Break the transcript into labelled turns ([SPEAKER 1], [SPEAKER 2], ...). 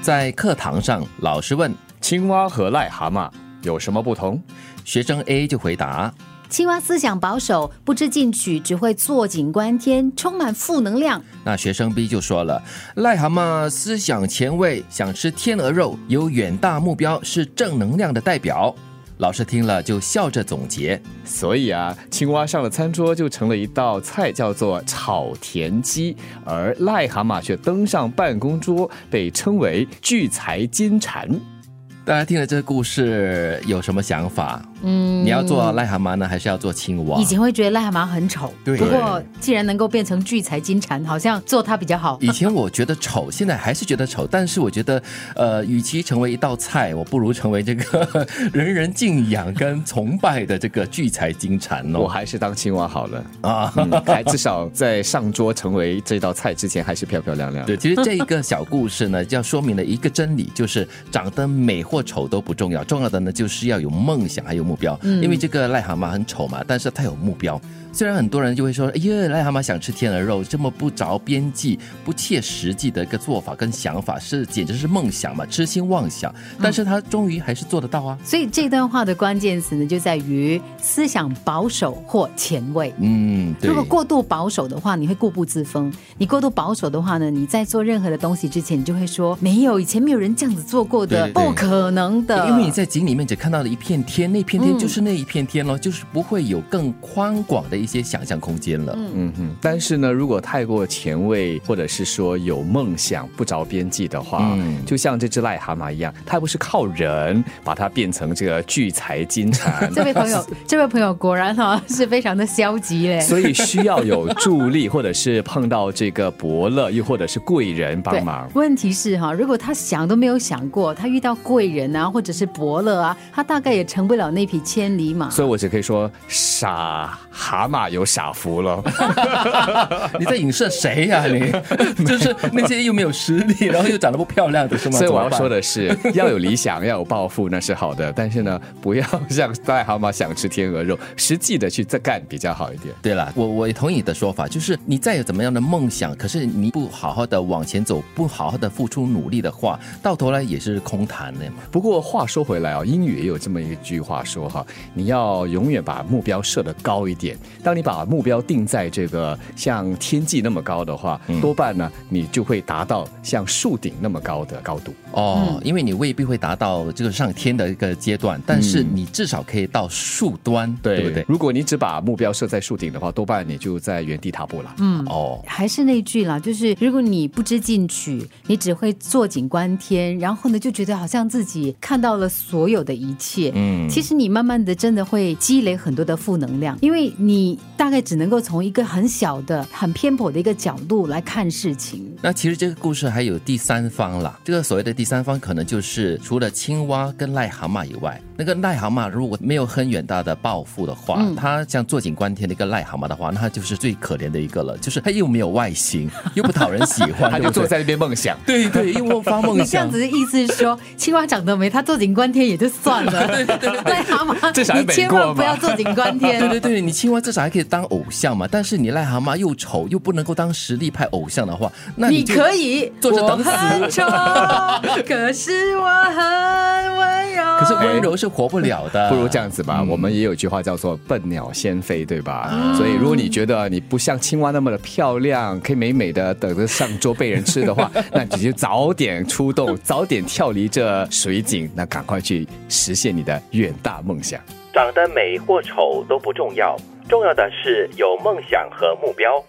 [SPEAKER 1] 在课堂上，老师问
[SPEAKER 2] 青蛙和癞蛤蟆有什么不同？
[SPEAKER 1] 学生 A 就回答，
[SPEAKER 3] 青蛙思想保守，不知进取，只会坐井观天，充满负能量。
[SPEAKER 1] 那学生 B 就说了，癞蛤蟆思想前卫，想吃天鹅肉，有远大目标，是正能量的代表。老师听了就笑着总结，
[SPEAKER 2] 所以啊，青蛙上了餐桌就成了一道菜，叫做炒田鸡，而癞蛤蟆却登上办公桌，被称为聚财金蝉。
[SPEAKER 1] 大家听了这个故事有什么想法？
[SPEAKER 3] 嗯
[SPEAKER 1] 你要做癞蛤蟆呢，还是要做青蛙
[SPEAKER 3] 以？前会觉得癞蛤蟆很丑，
[SPEAKER 1] 对
[SPEAKER 3] 不过既然能够变成聚财金蝉，好像做它比较好。
[SPEAKER 1] 以前我觉得丑，现在还是觉得丑，但是我觉得，呃，与其成为一道菜，我不如成为这个 人人敬仰跟崇拜的这个聚财金蝉
[SPEAKER 2] 我
[SPEAKER 1] 哦。
[SPEAKER 2] 还是当青蛙 好了，
[SPEAKER 1] 啊，
[SPEAKER 2] 嗯，还至少在上桌成为这道菜之前，还是漂漂亮亮的
[SPEAKER 3] 嗯
[SPEAKER 1] 对，。其实这一个小故事 呢，要说明了一个真理，就是长得美或丑都不重要，重要的呢就是要有梦想还有目标。
[SPEAKER 3] 嗯
[SPEAKER 1] 因为这个癞蛤蟆很丑嘛，但是它有目标。虽然很多人就会说，哎呀，癞蛤蟆想吃天鹅肉，这么不着边际、不切实际的一个做法跟想法，是简直是梦想嘛，痴心妄想。
[SPEAKER 3] 嗯
[SPEAKER 1] 但是他终于还是做得到啊。
[SPEAKER 3] 所以这段话的关键词呢，就在于思想保守或前卫。
[SPEAKER 1] 嗯，对
[SPEAKER 3] 如。果过度保守的话，你会固步自封；你过度保守的话呢，你在做任何的东西之前，你就会说没有，以前没有人这样子做过的，
[SPEAKER 1] 对对对
[SPEAKER 3] 不可能的。
[SPEAKER 1] 因为你在井里面只看到了一片天，那片天
[SPEAKER 3] 嗯，
[SPEAKER 1] 就是那一片天咯，就是不会有更宽广的一些想象空间了。
[SPEAKER 2] 嗯哼，但是呢，如果太过前卫，或者是说有梦想不着边际的话，
[SPEAKER 1] 嗯
[SPEAKER 2] 就像这只癞蛤蟆一样，它不是靠人把它变成这个聚财金蝉
[SPEAKER 3] 这位 朋友，这位朋友果然哈、是非常的消极 嘞。
[SPEAKER 2] 所以需要有助力，或者是碰到这个伯乐，又或者是贵人帮忙。
[SPEAKER 3] 问题是哈、如果他想都没有想过，他遇到贵人啊，或者是伯乐啊，他大概也成不了那匹千里马。
[SPEAKER 2] 所以我只可以说，傻蛤蟆有傻福 了。
[SPEAKER 1] 你在影射谁 呀、你 就是那些又没有实力，然后又长得不漂亮的是吗？
[SPEAKER 2] 所以我要
[SPEAKER 1] 怎么办
[SPEAKER 2] 说，的是，要有理想，要有抱负，那是好的。但是呢，不要像癞蛤蟆想吃天鹅肉，实际的去再干比较好一点。
[SPEAKER 1] 对了，我我也同意你的说法，就是你再有怎么样的梦想，可是你不好好的往前走，不好好的付出努力的话，到头来也是空谈的嘛。
[SPEAKER 2] 不过话说回来啊、英语也有这么一句话说哈，你要永远把目标设得高一点。当你把目标定在这个像天际那么高的话，
[SPEAKER 1] 嗯
[SPEAKER 2] 多半呢你就会达到像树顶那么高的高度。
[SPEAKER 1] 哦，因为你未必会达到这个上天的一个阶段，但
[SPEAKER 2] 嗯
[SPEAKER 1] 是你至少可以到树端，对不对？
[SPEAKER 2] 如果你只把目标设在树顶的话，多半你就在原地踏步了。
[SPEAKER 1] 哦，
[SPEAKER 3] 还是那句啦，就是如果你不知进取，你只会坐井观天，然后呢就觉得好像自己看到了所有的一切。
[SPEAKER 1] 嗯，
[SPEAKER 3] 其实你慢慢的真的会积累很多的负能量，因为你大概只能够从一个很小的、很偏颇的一个角度来看事情。
[SPEAKER 1] 那其实这个故事还有第三方啦，这个所谓的第三方可能就是除了青蛙跟癞蛤蟆以外，那个癞蛤蟆如果没有很远大的抱负的话，
[SPEAKER 3] 嗯
[SPEAKER 1] 它像坐井观天的一个癞蛤蟆的话，那它就是最可怜的一个了，就是它又没有外形，又不讨人喜欢，
[SPEAKER 2] 他
[SPEAKER 1] 对
[SPEAKER 2] 就
[SPEAKER 1] 不
[SPEAKER 2] 坐
[SPEAKER 1] 对？
[SPEAKER 2] 在那边梦想。
[SPEAKER 1] 对对，又无发
[SPEAKER 3] 你
[SPEAKER 1] 梦
[SPEAKER 3] 这
[SPEAKER 1] 想
[SPEAKER 3] 样子。的意思是说，青蛙长得美，它坐井观天也就 算了，癞蛤蟆，
[SPEAKER 2] 至少
[SPEAKER 3] 你
[SPEAKER 2] 美
[SPEAKER 3] 千
[SPEAKER 2] 过
[SPEAKER 3] 万不
[SPEAKER 2] 嘛
[SPEAKER 3] 要坐井观天。
[SPEAKER 1] 对对对，你青蛙至少还可以当偶像嘛，但是你癞蛤蟆又丑又不能够当实力派偶像的话， 那
[SPEAKER 3] 你
[SPEAKER 1] 就
[SPEAKER 3] 可以
[SPEAKER 1] 坐着等死
[SPEAKER 3] 我很丑，可是我很温柔。
[SPEAKER 1] 可是温柔是活不了的。
[SPEAKER 2] 哎不如这样子吧，我们也有句话叫做“笨鸟先飞”，对吧？所以如果你觉得啊你不像青蛙那么的漂亮，可以美美的等着上桌被人吃的话， 那你就早点出动，早点跳离这水井，那赶快去实现你的远大梦想。
[SPEAKER 4] 长得美或丑都不重要，重要的是有梦想和目标。